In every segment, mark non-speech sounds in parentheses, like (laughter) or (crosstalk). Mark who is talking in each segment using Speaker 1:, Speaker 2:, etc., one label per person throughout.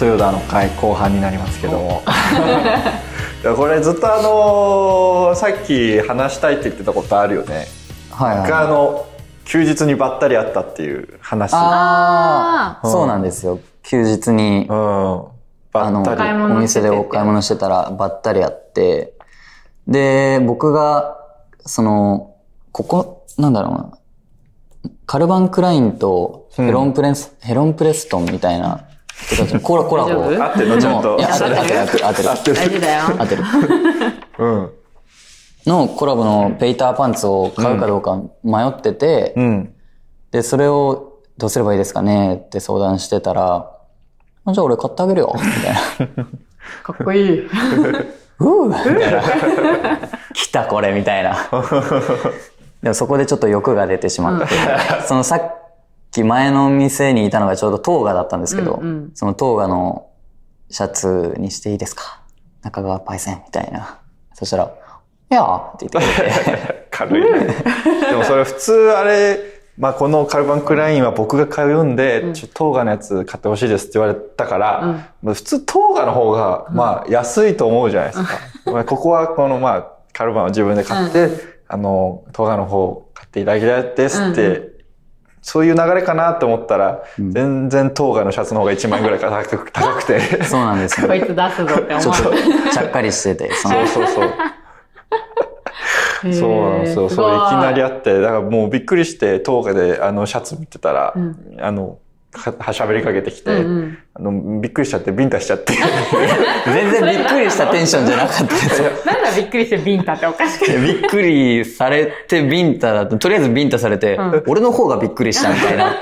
Speaker 1: 豊田の回後半になりますけど
Speaker 2: (laughs)
Speaker 1: もこれずっとあのーさっき話したいって言ってたことあるよね
Speaker 2: はいはい
Speaker 1: があの休日にばったり会ったっていう話
Speaker 2: あ
Speaker 1: う
Speaker 2: あ
Speaker 1: ん
Speaker 2: そうなんですよ休日に
Speaker 1: うん
Speaker 2: あ
Speaker 1: ば
Speaker 2: の
Speaker 1: った
Speaker 3: 買い
Speaker 1: り
Speaker 3: 物
Speaker 2: お店でお買い物してたらばったり会ってで僕がそのここなんだろうなカルバン・クラインとヘロンプレス、ヘロンプレストンみたいな人たちのコラコラボ
Speaker 3: 大丈夫
Speaker 1: 会ってんのちゃんと
Speaker 2: (laughs) いや合ってる合ってる合ってる合
Speaker 1: 合
Speaker 2: っ
Speaker 1: ってる
Speaker 3: 大事だよ。
Speaker 2: 合ってる
Speaker 1: うん
Speaker 2: のコラボのペイターパンツを買うかどうか迷ってて、
Speaker 1: うん
Speaker 2: で、それをどうすればいいですかねって相談してたら、あじゃあ俺買ってあげるよ、みたいな。
Speaker 3: かっこいい。
Speaker 2: うーみたいな。 (laughs) 来たこれ、みたいな。でもそこでちょっと欲が出てしまって、そのさっき前の店にいたのがちょうどトーガだったんですけど、
Speaker 3: うんうん
Speaker 2: そのトーガのシャツにしていいですか中川パイセン、みたいな。そしたら、いやーって言ってくれて。
Speaker 3: (laughs)
Speaker 1: 軽いねでもそれ普通あれまあこのカルバン・クラインは僕が通うんで、ちょっとトーガのやつ買ってほしいですって言われたから、まあ普通トーガの方がまあ安いと思うじゃないですか、まあここはこのまあカルバンを自分で買って、あのトーガの方買っていただきたいですって、
Speaker 3: うんう
Speaker 1: そういう流れかなと思ったら、
Speaker 2: ん
Speaker 1: 全然トーガのシャツの方が1万円ぐらい高く高くて
Speaker 2: そうなんですよ
Speaker 3: こいつ出すぞって
Speaker 2: ちょ
Speaker 3: 思
Speaker 2: っ
Speaker 3: う。
Speaker 2: とちゃっかりしてて、その
Speaker 1: そうそうそう
Speaker 3: へー
Speaker 1: そうなんですよ。
Speaker 3: す
Speaker 1: そ
Speaker 3: ご
Speaker 1: ういきなりあって、だからもうびっくりして、10日であのシャツ見てたら、
Speaker 3: うん
Speaker 1: あの、はしゃべりかけてきて、
Speaker 3: うんうん
Speaker 1: あの、びっくりしちゃって、ビンタしちゃ
Speaker 3: (laughs)
Speaker 1: って。
Speaker 2: 全然びっくりしたテンションじゃなかったです
Speaker 3: (laughs)
Speaker 2: よ。
Speaker 3: なんだびっくりしてビンタっておかしくない
Speaker 2: びっくりされて、ビンタだと、とりあえずビンタされて、
Speaker 3: うん
Speaker 2: 俺の方がびっくりしたみたいな。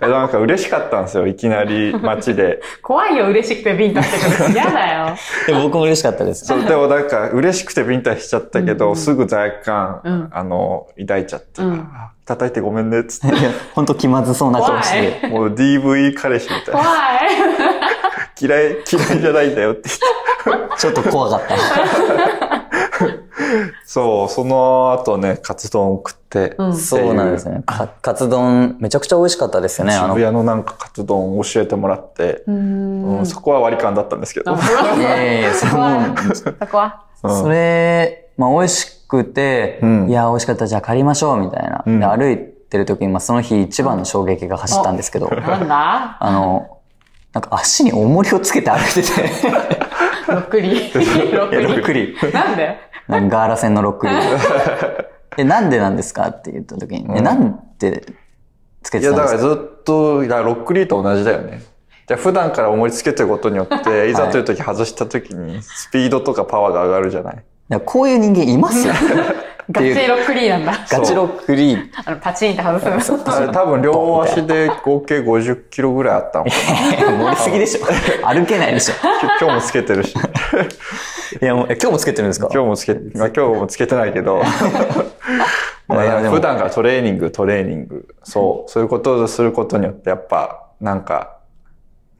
Speaker 1: なんか嬉しかったんですよ、いきなり街
Speaker 3: (laughs)
Speaker 1: で。
Speaker 3: 怖いよ、嬉しくてビンタしてくるし。嫌だよ。
Speaker 2: で僕も嬉しかったです。
Speaker 1: そうでもなんか嬉しくてビンタしちゃったけど、すぐ罪悪感、
Speaker 3: うん
Speaker 1: あの、抱いちゃって、
Speaker 3: うん
Speaker 1: あ叩いてごめんね、つっ
Speaker 2: いやほんと気まずそうな顔して。
Speaker 1: て。もう DV 彼氏みたい
Speaker 3: (laughs) 怖
Speaker 1: な。
Speaker 3: い。
Speaker 1: 嫌い、嫌いじゃないんだよって言って。
Speaker 2: ちょっと怖かった。
Speaker 1: そう、その後ね、カツ丼食って、
Speaker 3: うん
Speaker 2: そうなんですね。かカツ丼、めちゃくちゃ美味しかったですよね。あ
Speaker 1: 渋
Speaker 2: の、
Speaker 1: 谷のなんかカツ丼教えてもらって、
Speaker 3: うん。
Speaker 1: うんそこは割り勘だったんですけど。
Speaker 2: いやいやいや、それもう、
Speaker 3: そこは。
Speaker 1: うん
Speaker 2: それ、まあ美味しくて、
Speaker 1: うん
Speaker 2: いや、美味しかった、じゃあ借りましょう、みたいな。
Speaker 1: ん
Speaker 2: で歩いてる時に、まあその日一番の衝撃が走ったんですけど、
Speaker 3: なんだ
Speaker 2: あの、なんか足に重りをつけて歩いて (laughs) て、
Speaker 3: ろっくり。ろっく
Speaker 2: ロ
Speaker 3: り
Speaker 2: ックリ。
Speaker 3: なんで
Speaker 2: なんかガーラ線のロックリ。で、なんでなんですかって言った時に、でなんでつけ
Speaker 1: い
Speaker 2: て
Speaker 1: や、
Speaker 2: たん
Speaker 1: だ
Speaker 2: で
Speaker 1: か
Speaker 2: す
Speaker 1: ら
Speaker 2: か
Speaker 1: ずっと、いやロックリーと同じだよね。じゃあ普段から思いつけてることによって、いざという時外した時に、スピードとかパワーが上がるじゃない。
Speaker 2: いやこういう人間います (laughs) よ。
Speaker 3: ガ
Speaker 2: いう
Speaker 3: チろっくりなんだ。
Speaker 2: ガチロックリ (laughs) ー。
Speaker 3: あの、パチンって外すの。
Speaker 1: あれ多分両足で合計50キロぐらいあったもん。
Speaker 2: 盛りすぎでしょ。 (laughs) 歩けないでしょ。
Speaker 1: 今日もつけてるし。
Speaker 2: いや、もう、え今日もつけてるんですか
Speaker 1: 今日もつけ、まあ、今日もつけてないけど。 (laughs) まあ
Speaker 2: いやでも
Speaker 1: 普段からトレーニング、トレーニング。そう。そういうことをすることによって、やっぱ、なんか、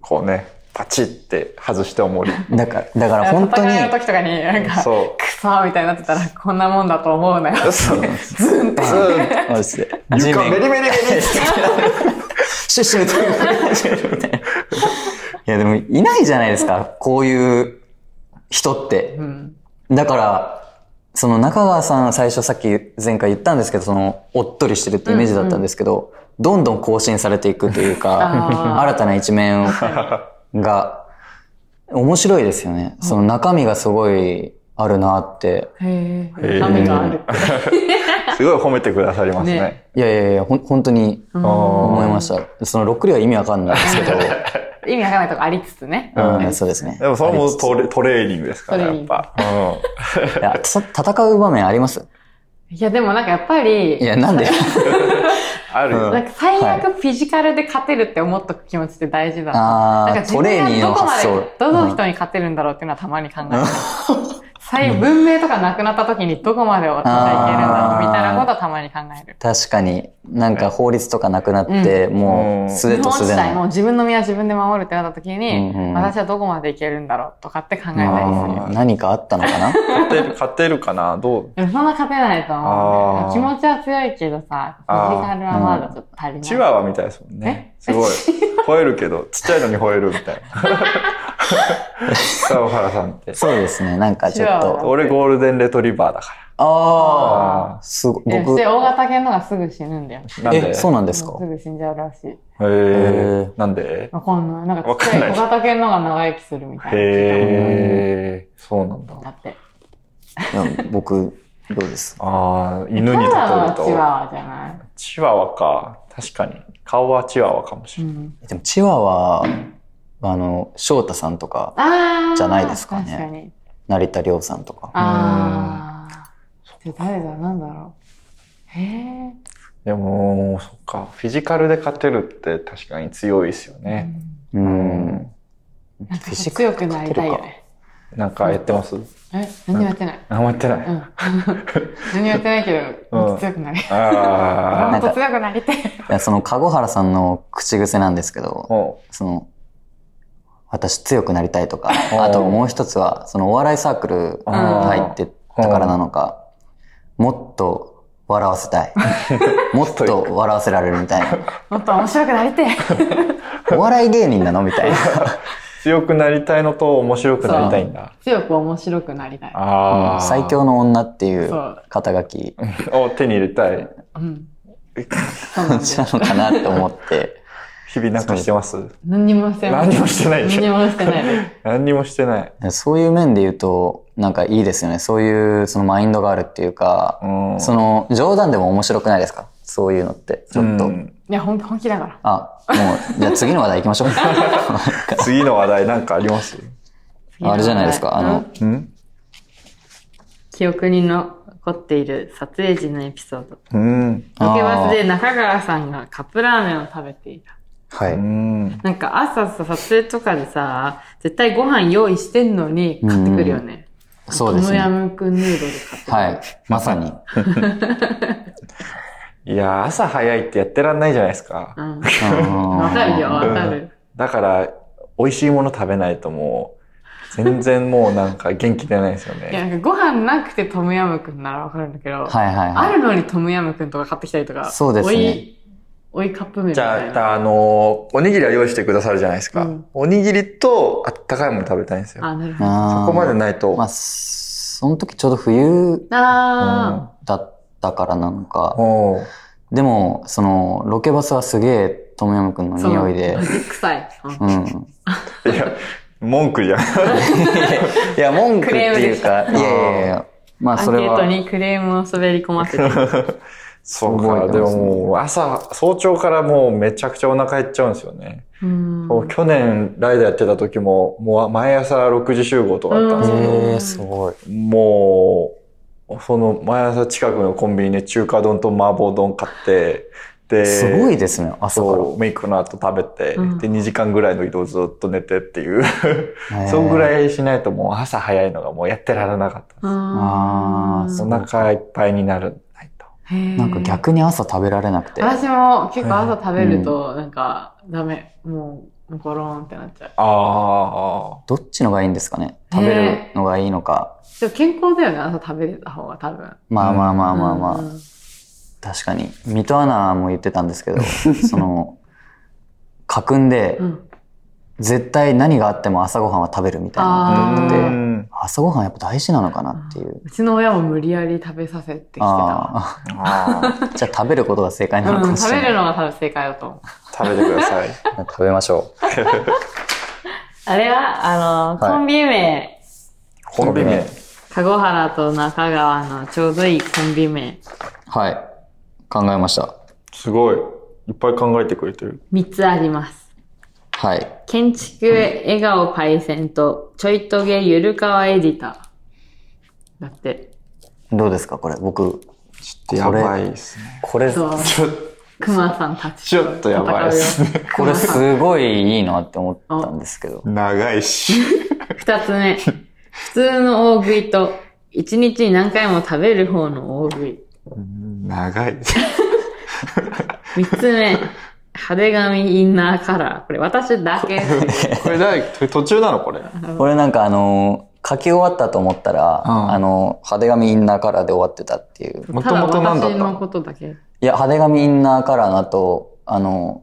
Speaker 1: こうね、パチって外して重り。
Speaker 2: だから、だから本当に、
Speaker 3: 戦いの時とかに、なんか、
Speaker 1: そ
Speaker 3: クソーみたいになってたら、こんなもんだと思うなよ。
Speaker 1: う。そう。ずんって。
Speaker 2: マジで地
Speaker 1: 床
Speaker 2: 面
Speaker 1: メリメリメリ (laughs) って。
Speaker 2: シュッシュッシュッみたいな。いや、でも、 (laughs) いないじゃないですか、こういう人って。だから、その中川さん最初さっき前回言ったんですけど、その、おっとりしてるってイメージだったんですけど、どんどん更新されていくという
Speaker 3: (laughs) あ
Speaker 2: か、
Speaker 3: ー
Speaker 2: 新たな一面が、面白いですよね。その中身がすごいあるなって。
Speaker 3: へ
Speaker 1: へ
Speaker 3: え。
Speaker 1: ー
Speaker 3: 雨がある。
Speaker 1: すごい褒めてくださりますね。
Speaker 3: ね
Speaker 2: いやいやいや、ほん本当に
Speaker 1: あー
Speaker 2: 思いました。そのロックリは意味わかんないですけ
Speaker 3: (laughs)
Speaker 2: ど、
Speaker 3: 意味わかんないとこありつつね。
Speaker 2: うん、そうですね。
Speaker 1: でもそれもトレトレーニングですから、
Speaker 3: トレ
Speaker 1: や
Speaker 3: ーニ
Speaker 1: っ
Speaker 3: ング
Speaker 1: ぱ。うん。
Speaker 2: いや、た戦う場面あります
Speaker 3: いや、でもなんかやっぱ
Speaker 2: い
Speaker 3: り、
Speaker 2: や、
Speaker 3: (laughs)
Speaker 2: なんで
Speaker 1: あるよね。
Speaker 3: なんか最悪フィジカルで勝てるって思っとく気持ちって大事だな。
Speaker 2: あ
Speaker 3: なん
Speaker 2: ー、
Speaker 3: か自
Speaker 2: トレーニー
Speaker 3: 分が
Speaker 2: の
Speaker 3: どこま
Speaker 2: 発
Speaker 3: で
Speaker 2: 想。、
Speaker 3: どの人に勝てるんだろうっていうのはたまに考える。最後、文明とかなくなった時にどこまで私はいけるんだろうみたいなことはたまに考える。
Speaker 2: 確かに、なんか法律とかなくなって、もう、
Speaker 1: うん
Speaker 2: 素
Speaker 3: 日
Speaker 2: 手と
Speaker 3: 本
Speaker 2: 素
Speaker 3: 自
Speaker 2: 手
Speaker 3: 体も
Speaker 2: の。
Speaker 3: 自分の身は自分で守るってなった時に、
Speaker 2: うんうん
Speaker 3: 私はどこまでいけるんだろうとかって考えたりする。
Speaker 2: あー何かあったのかな
Speaker 3: (laughs)
Speaker 1: 勝てる、勝てるかなどう
Speaker 3: でもそんな勝てないと思
Speaker 1: あ
Speaker 3: う。
Speaker 1: ー
Speaker 3: 気持ちは強いけどさ、フィジカルはまだちょっと足りない。
Speaker 1: チワワみたいですもんね。す
Speaker 3: (laughs)
Speaker 1: ごい。吠えるけど、ちっちゃいのに吠えるみたいな。沢原さんって。
Speaker 2: そうですね、なんかちょっ
Speaker 3: 違う
Speaker 2: と。
Speaker 1: 俺ゴールデンレトリバーだか
Speaker 2: あ
Speaker 1: あ
Speaker 2: あ、すごい。
Speaker 3: いや
Speaker 2: 僕
Speaker 3: して、大型犬のがすぐ死ぬんだよ。
Speaker 1: ら。なんで
Speaker 2: え、そうなんですか
Speaker 3: もうすぐ死んじゃうらしい。
Speaker 1: へえ
Speaker 2: へ。
Speaker 1: なんで
Speaker 3: わかんない。なんか
Speaker 1: わ
Speaker 3: ちっち
Speaker 1: かんな
Speaker 3: ゃ
Speaker 1: いい
Speaker 3: 小型犬のが長生きするみたい
Speaker 1: へ
Speaker 3: な。
Speaker 1: え。そうなんだ。
Speaker 3: だって。
Speaker 2: いや僕、どうです
Speaker 1: ああ、犬に例え
Speaker 3: た
Speaker 1: る
Speaker 3: だのチ
Speaker 1: と。
Speaker 3: ワワじゃない。
Speaker 1: チワワか。確かに。顔はチワワかもしれない。
Speaker 3: うん
Speaker 2: でも、チワワ、あの、翔太さんとか、
Speaker 3: ああ。
Speaker 2: じゃないですかね
Speaker 3: 確かに。
Speaker 2: 成田凌さんとか。
Speaker 3: ああ。じゃあ誰だなんだろう。へえ。
Speaker 1: でも、そっか。フィジカルで勝てるって確かに強いですよ
Speaker 3: う
Speaker 1: ね。
Speaker 3: ん
Speaker 2: う
Speaker 1: うん
Speaker 2: ん。。
Speaker 3: なんか
Speaker 2: フィジカル
Speaker 3: 強くなりたいよね。
Speaker 1: なんかやってます
Speaker 3: え何もやってない。
Speaker 1: あんまやってない。
Speaker 3: うん (laughs) 何もやってないけど、
Speaker 1: うん
Speaker 3: もっと強くなり。
Speaker 1: あ
Speaker 3: も
Speaker 1: あ
Speaker 3: っと強くなりたい。
Speaker 2: いやその、籠原さんの口癖なんですけど、
Speaker 1: も
Speaker 2: その、私強くなりたいとか、
Speaker 1: おー
Speaker 2: あともう一つは、そのお笑いサークル入ってたからなのか、もっと笑わせ
Speaker 1: (laughs)
Speaker 2: たい。もっと笑わせられるみたいな。
Speaker 3: もっと面白くなりたい。
Speaker 2: お笑い芸人なのみたいな。
Speaker 1: う強くなりたいのと面白くなりたいんだ。
Speaker 3: 強く面白くなりたい。
Speaker 1: ああ。
Speaker 2: 最強の女っていう
Speaker 3: そう
Speaker 2: 肩書き
Speaker 1: を手に入れたい。
Speaker 3: うん。そうなん
Speaker 2: な
Speaker 3: ですよ。
Speaker 2: のかなって思って。
Speaker 1: 日々なんかしてます
Speaker 3: 何にもしてない。
Speaker 1: 何にもしてない
Speaker 3: 何にもしてないです。
Speaker 1: 何にもしてない。
Speaker 2: そういう面で言うと、なんかいいですよね。そういうそのマインドがあるっていう
Speaker 1: う
Speaker 2: か、
Speaker 1: ん。
Speaker 2: その冗談でも面白くないですかそういうのって。ちょっと。
Speaker 1: うん
Speaker 3: いや、本気本気だから。
Speaker 2: あ、もう、じゃあ次の話題行きましょう。
Speaker 1: 次の話題なんかあります
Speaker 3: 次の話
Speaker 2: あれじゃないですかあの
Speaker 3: うん
Speaker 1: うん
Speaker 3: 記憶に残っている撮影時のエピソード。
Speaker 1: うん。
Speaker 2: あー
Speaker 3: ロケバスで中川さんがカップラーメンを食べていた。
Speaker 2: は
Speaker 1: う
Speaker 2: い。
Speaker 1: ん。
Speaker 3: なんか朝さ、撮影とかでさ、絶対ご飯用意してんのに買ってくるよね。
Speaker 2: そうです
Speaker 3: トムヤ
Speaker 2: ね。
Speaker 3: ムクンヌードル買ってくる。
Speaker 2: はい。まさに。
Speaker 1: いや、朝早いってやってらんないじゃないですか。
Speaker 3: うん。わ
Speaker 2: わ
Speaker 3: かるよ、わかる。
Speaker 1: だから、美味しいもの食べないともう、全然もうなんか元気出ないですよ
Speaker 3: いや、
Speaker 1: ね。
Speaker 3: なんかご飯なくてトムヤムクンならわかるんだけ
Speaker 2: は
Speaker 3: ど、
Speaker 2: いはい
Speaker 3: あ
Speaker 2: は
Speaker 3: るのにトムヤムクンとか買ってきたりとか。
Speaker 2: そうですね
Speaker 3: おい、おいカップ麺み
Speaker 1: じ
Speaker 3: たいな。
Speaker 1: ゃあ、あの、おにぎりは用意してくださるじゃないですか。
Speaker 3: うん
Speaker 1: おにぎりとあったかいもの食べたいんですよ。
Speaker 3: あ、なるほど。
Speaker 2: い。
Speaker 1: そこまで
Speaker 2: で。
Speaker 1: ないと。
Speaker 2: まあ、その時ちょうど冬
Speaker 3: あ
Speaker 2: だったからなのか。
Speaker 1: おう
Speaker 2: でも、その、ロケバスはすげえ、トムヤムくんの
Speaker 3: ー、そう
Speaker 2: 匂いで。
Speaker 3: 臭い。う
Speaker 2: う
Speaker 3: ん
Speaker 2: ん。
Speaker 1: いや、文句じゃん。
Speaker 2: いや、文句
Speaker 3: 句
Speaker 2: っ
Speaker 3: ってて
Speaker 2: い
Speaker 3: いうう
Speaker 2: か、
Speaker 3: か
Speaker 2: いやいやいや。まあ、
Speaker 3: アンケ
Speaker 2: それ
Speaker 3: ート
Speaker 2: は。
Speaker 3: にクレームを滑り込ま
Speaker 2: (laughs)
Speaker 3: せて。
Speaker 1: (laughs) そう
Speaker 2: 覚え
Speaker 1: か、
Speaker 2: て
Speaker 1: で
Speaker 2: ますね
Speaker 1: ももう朝、早朝からもうめちゃくちゃお腹減っちゃうんですよね。
Speaker 3: うん
Speaker 1: そう去年ライダーやってた時も、もう毎朝6時集合とかだったんですけど、
Speaker 2: ええ、すごい。
Speaker 1: もう、その毎朝近くのコンビニで中華丼と麻婆丼買って、で、
Speaker 2: すごいですね、朝から
Speaker 1: そう、メイクの後食べて、
Speaker 3: うん
Speaker 1: で、2時間ぐらいの移動ずっと寝てっていう、
Speaker 2: へえ。
Speaker 1: そうぐらいしないともう朝早いのがもうやってられなかった。
Speaker 2: あ
Speaker 3: あ
Speaker 2: ー
Speaker 3: ー
Speaker 2: そ
Speaker 1: お腹いっぱいになるないと。
Speaker 3: へー
Speaker 2: なんか逆に朝食べられなくて。
Speaker 3: 私も結構朝食べると、なんか、ダメ。もう、ゴローンってなっちゃう。
Speaker 1: ああ、
Speaker 2: どっちのがいいんですかね食べるのがいいのか。
Speaker 3: でも健康だよね、朝食べれた方が多分。
Speaker 2: まあまあまあまあまあ。
Speaker 3: うん
Speaker 2: 確かに。ミトアナも言ってたんですけ
Speaker 3: (laughs)
Speaker 2: ど、その、家訓で
Speaker 3: う、ん。
Speaker 2: 絶対何があっても朝ごはんは食べるみたいな。
Speaker 3: あ
Speaker 1: う
Speaker 3: ー
Speaker 1: ん
Speaker 2: 朝ごはんやっぱ大事なのかなっていう。
Speaker 3: うちの親も無理やり食べさせてきてたわ。
Speaker 2: あ
Speaker 1: あ
Speaker 2: あ。 (laughs) じゃあ食べることが正解なのか
Speaker 3: う
Speaker 2: も
Speaker 3: ん、
Speaker 2: し
Speaker 3: 食
Speaker 2: れ
Speaker 3: べ
Speaker 2: な
Speaker 3: る
Speaker 2: い。
Speaker 3: のが多分正解だと思う。
Speaker 1: ー食べてくだ
Speaker 2: (laughs)
Speaker 1: さい。
Speaker 2: 食べましょう。
Speaker 3: あれは、あの、
Speaker 2: はい
Speaker 3: コンビ名、
Speaker 1: コンビ名。
Speaker 3: 籠原と中川のちょうどいいコンビ名、
Speaker 2: はい。考えました。
Speaker 1: すごい。いっぱい考えてくれてる。
Speaker 3: 3つあります。
Speaker 2: はい。
Speaker 3: 建築、笑顔、パイセンと、ちょいとげ、ゆるかわエディター。だって、
Speaker 2: どうですかこれ、僕。これ
Speaker 1: やばいですね。
Speaker 2: これ、
Speaker 3: そう、
Speaker 1: ちょ
Speaker 3: くまさんたち。
Speaker 1: ちょっとやばいっすね
Speaker 3: 戦うよ。
Speaker 2: これすごいいいなって思ったんですけど。
Speaker 1: 長いし。
Speaker 3: 二つ目、普通の大食いと、一日に何回も食べる方の大食い。
Speaker 1: 長い。 (laughs)
Speaker 3: 三つ目、派手髪インナーカラー。これ私だけ。
Speaker 1: これだい、これ途中なのこれ。
Speaker 2: これなんかあのー、書き終わったと思ったら、
Speaker 1: うん
Speaker 2: あのー、派手紙インナーカラーで終わってたっていう。
Speaker 1: もともと何だった
Speaker 3: ただ私のことだけ。
Speaker 2: いや、派手髪インナーカラーの後、あの、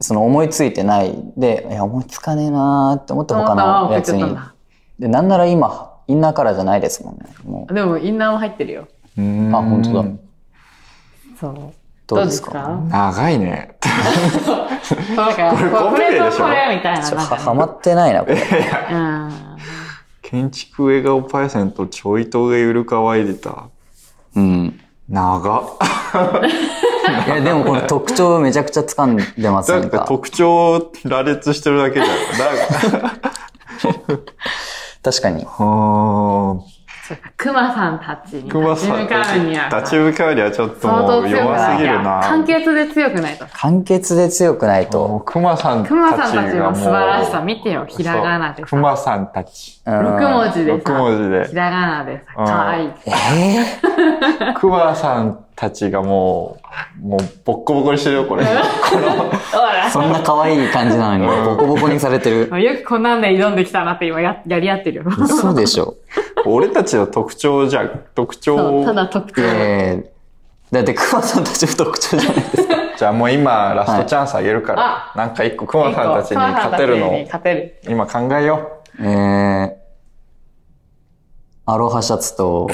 Speaker 2: その思いついてないで、いや、思いつかねえなーって思って他のやつ
Speaker 3: あ送っちゃったん
Speaker 2: に。
Speaker 3: だ
Speaker 2: で、なんなら今、インナーカラーじゃないですもんね。もう、
Speaker 3: でもインナーも入ってるよ。
Speaker 1: うん
Speaker 2: あ本当だ
Speaker 3: そう。
Speaker 2: どうですか
Speaker 1: 長いね。
Speaker 3: そうなんか
Speaker 1: これ
Speaker 3: こ
Speaker 1: コン
Speaker 3: こ
Speaker 1: ビ
Speaker 3: れ
Speaker 1: で
Speaker 3: と
Speaker 1: しょ
Speaker 3: これみたいな。
Speaker 2: ちょ
Speaker 3: なん
Speaker 2: は、は
Speaker 3: かね
Speaker 2: まってないな、これ。
Speaker 3: うん
Speaker 1: 建築笑顔パイセンとちょいと上ゆるかわいでた。
Speaker 2: うん。
Speaker 1: 長っ。
Speaker 2: いや、でもこの特徴めちゃくちゃ掴んでませ
Speaker 1: なん
Speaker 2: ん
Speaker 1: か
Speaker 2: か
Speaker 1: 特徴羅列してるだけじゃん。なんか。
Speaker 2: 確かに。
Speaker 1: は
Speaker 3: そうか熊さんたち
Speaker 1: ー。
Speaker 3: に
Speaker 1: 熊
Speaker 3: 立ち
Speaker 1: さん
Speaker 3: 向かうには、
Speaker 1: たち立ち向かうにはちょっと
Speaker 3: 相
Speaker 1: も
Speaker 3: 当強
Speaker 1: う
Speaker 3: くな
Speaker 1: 弱
Speaker 3: い
Speaker 1: すぎるな。
Speaker 3: 完結で強くないと。
Speaker 2: 簡潔で強くない
Speaker 1: も
Speaker 2: と。
Speaker 1: う熊さんたち
Speaker 3: 熊さんたち
Speaker 1: がも
Speaker 3: の
Speaker 1: う
Speaker 3: 素晴らしさ見てよ、ひらがなでさ。
Speaker 1: 熊さんたち。
Speaker 2: うん
Speaker 3: 6文字で
Speaker 1: 6
Speaker 3: さ、
Speaker 1: 文字で
Speaker 3: ひ。らがなでさ、
Speaker 1: うん
Speaker 3: かわいい。
Speaker 2: え
Speaker 1: 熊さんたちがもう、もうボッコボコにしてるよ、
Speaker 3: (laughs)
Speaker 1: これ。
Speaker 3: ほら
Speaker 2: ー、そんな可愛い感じなの
Speaker 1: う
Speaker 2: に、
Speaker 1: ん
Speaker 2: ボコボコにされてる。
Speaker 3: よくこんなんで挑んできたなって今ややり合ってるよ。
Speaker 2: 嘘でしょ。
Speaker 1: 俺たちの特徴じゃん。特
Speaker 3: そ
Speaker 1: 徴
Speaker 3: うただ特徴。
Speaker 2: えー、だって熊さんたちの特徴じゃないですか。
Speaker 1: じゃあもう今、ラストチャンスあげるから、
Speaker 3: は
Speaker 1: なんか一個熊さんたちに勝てるのを
Speaker 3: 勝てる。
Speaker 1: 今考えよ
Speaker 2: えー、アロハシャツと、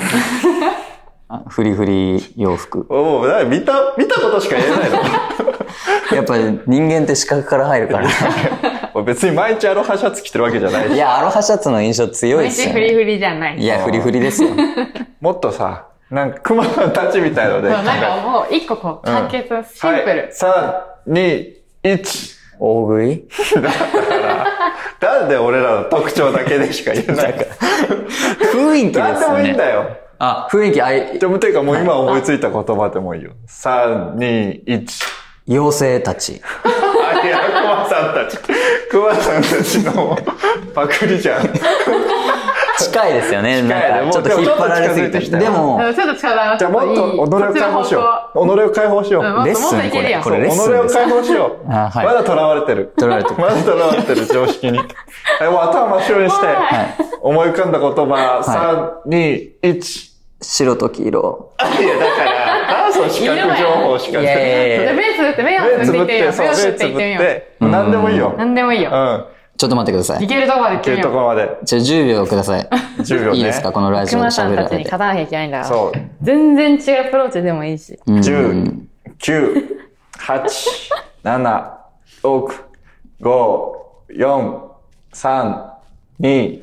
Speaker 2: あフリフリ洋服。
Speaker 1: う。おお、だから見た、見たことしか言えないの。 (laughs)
Speaker 2: やっぱ人間って視覚から入るから。
Speaker 1: 俺別に毎日アロハシャツ着てるわけじゃない
Speaker 2: い
Speaker 1: し。
Speaker 2: や、アロハシャツの印象強いっす
Speaker 3: 私
Speaker 2: よ
Speaker 3: フリ
Speaker 2: ね。
Speaker 3: フリじゃない。
Speaker 2: いや、フリフリですよ。
Speaker 1: もっとさ、なんか熊さんたちみたいので。
Speaker 3: そうなんかもう一個こう、
Speaker 1: うん
Speaker 3: 簡潔、シン
Speaker 1: は
Speaker 3: プル。
Speaker 1: い、3、2、1。
Speaker 2: 大食い
Speaker 1: なんで俺らの特徴だけでしか言え (laughs) ないか。
Speaker 2: 雰囲気
Speaker 1: なんでもいい
Speaker 2: で
Speaker 1: ん
Speaker 2: すね。
Speaker 1: だよ。
Speaker 2: あ、雰囲気、あい
Speaker 1: でもていうかもう今思いついた言葉でもいいよ。3、2、1。
Speaker 2: 妖精たち。
Speaker 1: あいや、熊さんたち。熊さんたちのパクリじゃん。
Speaker 2: 近いですよね。
Speaker 1: 近い
Speaker 2: なんか、ちょっと引っ張られすぎ
Speaker 1: もうちょっと近づいてきた
Speaker 2: て。
Speaker 1: よ
Speaker 2: でも、
Speaker 3: うんちょっと近場の
Speaker 1: じゃあもっと己を解放しよう。己を解放しよう。
Speaker 3: うんもっ
Speaker 2: レッ
Speaker 3: ともっ
Speaker 2: ス
Speaker 3: と
Speaker 2: ンこ
Speaker 3: いける
Speaker 2: れ、
Speaker 3: やん
Speaker 2: こ
Speaker 1: 己
Speaker 2: れレッスン
Speaker 1: を
Speaker 2: です。
Speaker 1: 解放しよう。
Speaker 2: あはい
Speaker 1: まだ囚われてる。
Speaker 2: 囚われてる
Speaker 1: まだ囚われてる、常識に。はいもう頭真っ白にして、
Speaker 2: はい
Speaker 1: 思い浮かんだ言葉、3、2、1。
Speaker 2: 白と黄色。
Speaker 1: いや、だから、ダンスの視覚情報しか
Speaker 2: いやいやいや
Speaker 3: で目つぶって、目を
Speaker 1: 目
Speaker 3: つ
Speaker 1: つぶ
Speaker 3: ぶ
Speaker 1: っ
Speaker 3: っていって
Speaker 1: て、そう、目
Speaker 3: みよう。目をつぶ
Speaker 1: つぶ
Speaker 3: っ
Speaker 1: って
Speaker 3: いってみよう。
Speaker 1: て、何でもいいよ。
Speaker 3: 何でもいいよ。
Speaker 1: うん。
Speaker 2: ちょっと待ってくださ
Speaker 3: い
Speaker 2: い。
Speaker 3: けるとこまで
Speaker 1: って
Speaker 3: 決
Speaker 1: いう
Speaker 3: め
Speaker 1: とこ
Speaker 3: よ
Speaker 1: ろまで。
Speaker 2: じゃあ10秒ください。
Speaker 1: 10秒ね
Speaker 2: いいですかこのラ
Speaker 3: う。
Speaker 2: ジオで
Speaker 3: 熊さ
Speaker 2: 喋
Speaker 3: ん
Speaker 2: ら
Speaker 3: たち
Speaker 2: れ
Speaker 3: に
Speaker 2: て。
Speaker 3: 勝たなきゃいけないんだから。
Speaker 1: そう。
Speaker 3: 全然違うアプローチでもいいし。
Speaker 2: うん
Speaker 1: 10、9、8、7、6、5、4、3、2、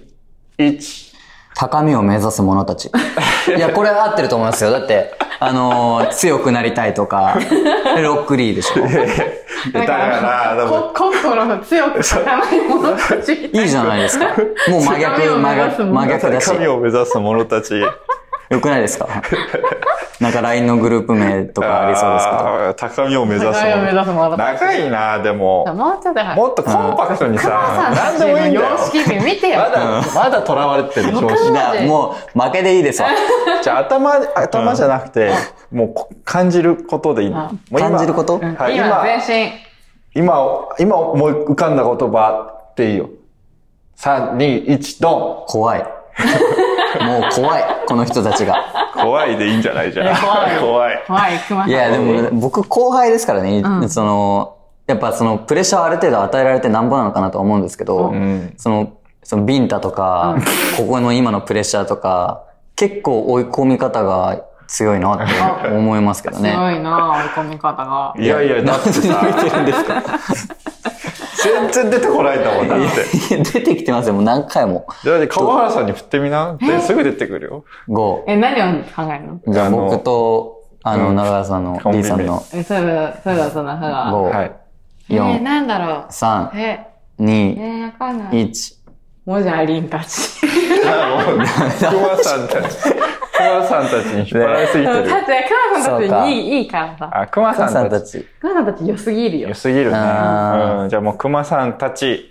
Speaker 1: 1。
Speaker 2: 高みを目指す者たち。いや、これ合ってると思いますよ。だって、あのー強くなりたいと
Speaker 3: (laughs)
Speaker 2: か、ロックリーでしょ。
Speaker 1: だから、だから
Speaker 3: こ心の強く高いものたち。
Speaker 2: いいじゃないですか。もう真逆、
Speaker 3: 高みを目
Speaker 2: 真
Speaker 3: 指す
Speaker 2: 逆、
Speaker 3: 者
Speaker 2: 真逆だし。
Speaker 1: 神を目指す者たち。
Speaker 2: よくないです
Speaker 3: (laughs)
Speaker 2: かなんか LINE のグループ名とかありそうですけど。
Speaker 1: あー高みを目指す
Speaker 3: (laughs)
Speaker 1: 者。
Speaker 3: 高みを目指す者たち
Speaker 1: 長いな、でも。
Speaker 3: もうちょっと、
Speaker 1: もっとコンパクトにさ、
Speaker 3: さ
Speaker 1: 何
Speaker 3: ん
Speaker 1: でもいいんだよ
Speaker 3: 様。式美見てよ。
Speaker 1: まだ、まだ囚われてる調
Speaker 2: じ
Speaker 1: 子。
Speaker 2: ゃあ、もう負けでいいですわ。
Speaker 1: じゃあ頭、頭じゃなくて、もうこ感じることでいいの。もう今
Speaker 2: 感じること
Speaker 3: うん
Speaker 1: はい
Speaker 3: 今、
Speaker 1: 今
Speaker 3: 全
Speaker 1: 今、今思い浮かんだ言葉っていいよ。3、2、1、ド
Speaker 2: 怖
Speaker 3: (laughs)
Speaker 2: い。もう怖い、この人たちが。
Speaker 1: ン怖いでいいんじゃないじゃん。
Speaker 3: 怖い
Speaker 1: 怖
Speaker 3: 身。
Speaker 1: い。
Speaker 3: 怖い、熊さん。
Speaker 2: い
Speaker 3: (laughs)
Speaker 2: や、でも僕後輩ですからね、
Speaker 3: うん
Speaker 2: その、やっぱそのプレッシャーある程度与えられてなんぼなのかなとは思うんですけど、
Speaker 1: ん
Speaker 2: その、そのビンタとか、ここの今のプレッシャーとか、結構追い込み方が強いなって思いますけど
Speaker 3: すご
Speaker 2: ね。
Speaker 3: いな、追い込み方が。
Speaker 1: いやいや、だってさ、
Speaker 2: てるんですか
Speaker 1: 全然出てこないんだもん、だって。
Speaker 2: (laughs) 出てきてますよ、もう何回も。
Speaker 1: だって川原さんに振ってみな。ですぐ出てくるよ。
Speaker 2: 5。
Speaker 3: え、何を考えるの
Speaker 2: じゃあ
Speaker 1: あの
Speaker 2: 僕と、あ
Speaker 1: う
Speaker 2: の、
Speaker 1: ん
Speaker 2: 長谷さんの
Speaker 1: コ、ンビ名
Speaker 2: D さんの、
Speaker 3: え、そうだ、そうだ、そうだ、そうだ。
Speaker 2: 5、
Speaker 1: はい。
Speaker 3: えー、
Speaker 2: 4、
Speaker 3: なんだろう。
Speaker 2: 3、
Speaker 3: え、え
Speaker 2: 2、
Speaker 3: ー、わかんない。
Speaker 2: 1。
Speaker 3: もじゃりんたち。
Speaker 1: じゃあもう、熊さんたち、熊さんたちに引っ張られすぎ
Speaker 3: (laughs) だ
Speaker 1: て
Speaker 3: って、
Speaker 1: る。
Speaker 3: 熊さん
Speaker 2: そう
Speaker 3: た
Speaker 2: か
Speaker 3: ちいい、いいからさ。
Speaker 1: あ、熊
Speaker 2: 母
Speaker 1: さ
Speaker 2: さ
Speaker 1: ん
Speaker 2: ん
Speaker 1: た
Speaker 2: た
Speaker 1: ち。
Speaker 2: ち。
Speaker 3: 熊さんたち良すぎるよ
Speaker 1: 良。すぎるね。
Speaker 2: あー
Speaker 1: うん。じゃあもう熊さんたち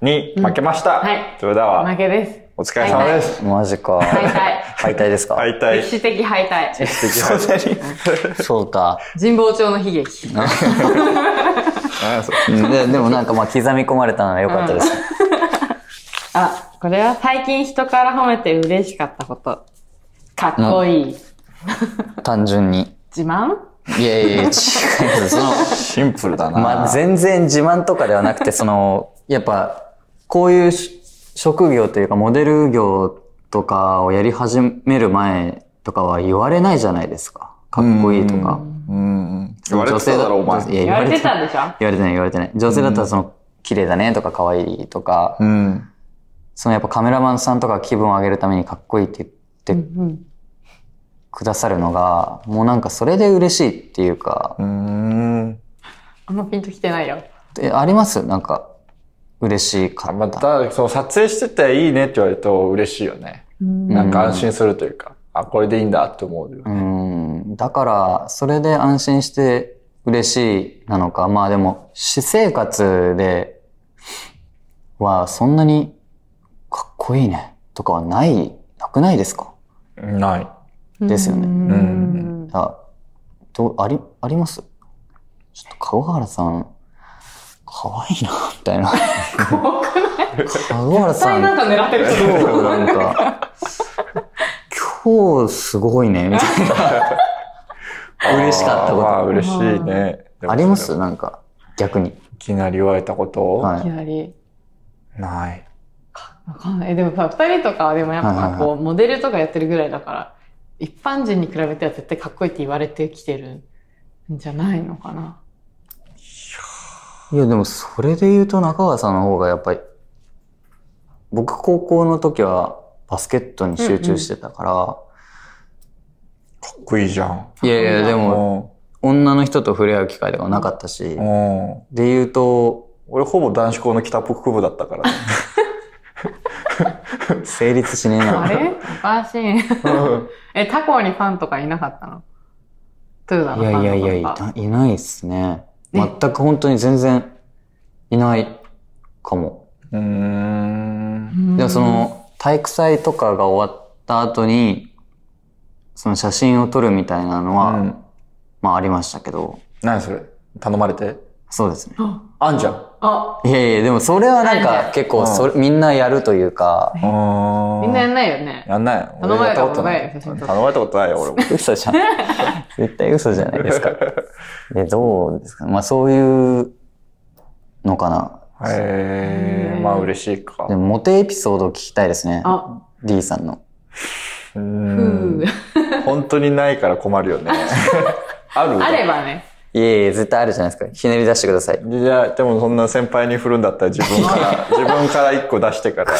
Speaker 1: に負けました。
Speaker 3: はい
Speaker 1: それでは、
Speaker 3: 負けです。
Speaker 1: お疲れ様です。
Speaker 2: マジか。
Speaker 3: 敗退。
Speaker 2: (laughs) 敗退ですか
Speaker 1: 敗退
Speaker 3: 歴。史的敗退。
Speaker 1: そんなに (laughs)
Speaker 2: そうか。
Speaker 3: 神保町の悲劇。
Speaker 1: あそう
Speaker 2: うんででもなんかまあ刻み込まれたのは良かったです。
Speaker 3: あ、これは最近人から褒めて嬉しかったこと。かっこいい。
Speaker 2: 単純に。
Speaker 3: 自慢
Speaker 2: いやいやいや、違うその、
Speaker 1: シンプルだな。
Speaker 2: まあ、全然自慢とかではなくて、その、やっぱ、こういうし職業というか、モデル業とかをやり始める前とかは言われないじゃないですか。かっこいいとか。
Speaker 1: うん。言われてただろ、お
Speaker 2: い
Speaker 1: 前。
Speaker 2: や
Speaker 3: 言われてた
Speaker 2: 言
Speaker 3: でしょ
Speaker 2: われてない、言われてない。女性だったら、その、綺麗だねとか、可愛いとか、
Speaker 1: うん。
Speaker 2: そのやっぱカメラマンさんとか気分を上げるためにかっこいいって言って
Speaker 3: うん。
Speaker 2: くださるのが、もうなんかそれで嬉しいっていうか、
Speaker 1: うん。
Speaker 3: あんまピンときてないよ。
Speaker 2: えありますなんか、嬉しか
Speaker 1: あ
Speaker 2: っ
Speaker 1: また、その撮影してていいねって言われると嬉しいよね。なんか安心するというか、あ、これでいいんだって思うよ。
Speaker 2: うんだから、それで安心して嬉しいなのか、まあでも、私生活ではそんなにかっこいいねとかはない、なくないですか
Speaker 1: ない。
Speaker 2: ですよね
Speaker 3: うん。
Speaker 2: あ、どう、あり、ありますちょっと川原さん、かわいいな、みたいな。
Speaker 1: (laughs)
Speaker 2: 川原
Speaker 3: 絶
Speaker 2: さ
Speaker 3: 対
Speaker 2: ん、
Speaker 3: なんか狙ってる
Speaker 2: (laughs)
Speaker 3: 人
Speaker 2: 今
Speaker 3: と思う
Speaker 2: 日なんか、今日すごいね、みたいな。嬉しかったこと
Speaker 1: あーまあ、嬉しいね。でも
Speaker 2: ありま
Speaker 1: そ
Speaker 2: す
Speaker 1: れ
Speaker 2: なんか、逆に。
Speaker 1: いきなり言われたこと、
Speaker 2: はい
Speaker 3: きなり。
Speaker 1: ない。
Speaker 3: わかんない。でもさ、二人とかはでもやっ
Speaker 2: はいはい
Speaker 3: ぱ
Speaker 2: はい
Speaker 3: こう、モデルとかやってるぐらいだから、一般人に比べては絶対かっこいいって言われてきてるんじゃないのかな。
Speaker 2: いや、でもそれで言うと中川さんの方がやっぱり、僕高校の時はバスケットに集中してたから、
Speaker 1: かっこいいじゃん。
Speaker 2: いやいや、でも
Speaker 1: も
Speaker 2: 女の人と触れ合う機会とかなかったし、
Speaker 1: う、うん。
Speaker 2: で言うと、
Speaker 1: 俺ほぼ男子校の北北部だったから、ね。
Speaker 2: 成立しねえ
Speaker 3: あ
Speaker 2: な。
Speaker 3: れ
Speaker 2: (laughs)
Speaker 3: おかしい。え、他校にファンとかいなかったのトゥーダ
Speaker 2: い
Speaker 3: のファ
Speaker 2: や
Speaker 3: ン
Speaker 2: いや
Speaker 3: とか。
Speaker 2: いや、いたいないっすね。全
Speaker 3: ね
Speaker 2: く本当に全然いないかも。
Speaker 1: うーん。
Speaker 3: うん
Speaker 2: でもそ、の体育祭とかが終わった後に、その写真を撮るみたいなのは、
Speaker 1: うん
Speaker 2: まあありましたけど、
Speaker 1: 何それ頼まれて
Speaker 2: そうですね。
Speaker 1: あんじゃん。
Speaker 3: あ、
Speaker 2: いやいや、でもそれはなん
Speaker 3: ある
Speaker 2: か
Speaker 3: ね
Speaker 2: 結構それ、みんなやるというか、
Speaker 3: みんなやんないよね。
Speaker 1: やんない。
Speaker 3: 頼まれたこと
Speaker 1: 俺
Speaker 3: ない
Speaker 1: やった
Speaker 3: 写真撮って
Speaker 1: 頼まれたことないよ、俺も。
Speaker 2: 嘘じゃん。絶対嘘じ
Speaker 1: (laughs)
Speaker 2: ゃないですか。で、どうですかまあそういうのかな。
Speaker 1: へ
Speaker 3: へ
Speaker 1: え
Speaker 3: ー
Speaker 1: まあ嬉しいか
Speaker 2: で。もモテエピソードを聞きたいですね。
Speaker 3: あ、
Speaker 2: D さんの。
Speaker 1: う
Speaker 3: ふ
Speaker 1: ん
Speaker 3: う。。
Speaker 1: 本当にないから困るよね。 (laughs) ある
Speaker 3: あればね。
Speaker 2: いえいえ、絶対あるじゃないですか。ひねり出してください。
Speaker 1: いや、でもそんな先輩に振るんだったら自分
Speaker 3: (laughs)
Speaker 1: から、自分から一個出してから。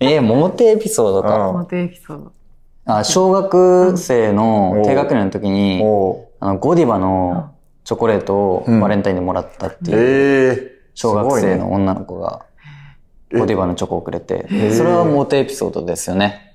Speaker 2: ええ、モテエピソードか。
Speaker 1: う
Speaker 3: モ
Speaker 1: ん。
Speaker 3: テエピソード。
Speaker 2: あ小学生の低学年の時に、
Speaker 1: お
Speaker 2: あの、ゴディバのチョコレートを
Speaker 1: うん
Speaker 2: バレンタインでもらったって
Speaker 1: え
Speaker 2: いう、
Speaker 1: え
Speaker 2: 小学生の
Speaker 1: す
Speaker 2: 女の子が、ゴディバのチョコをくれて、
Speaker 1: え
Speaker 2: それはモテエピソードですよね。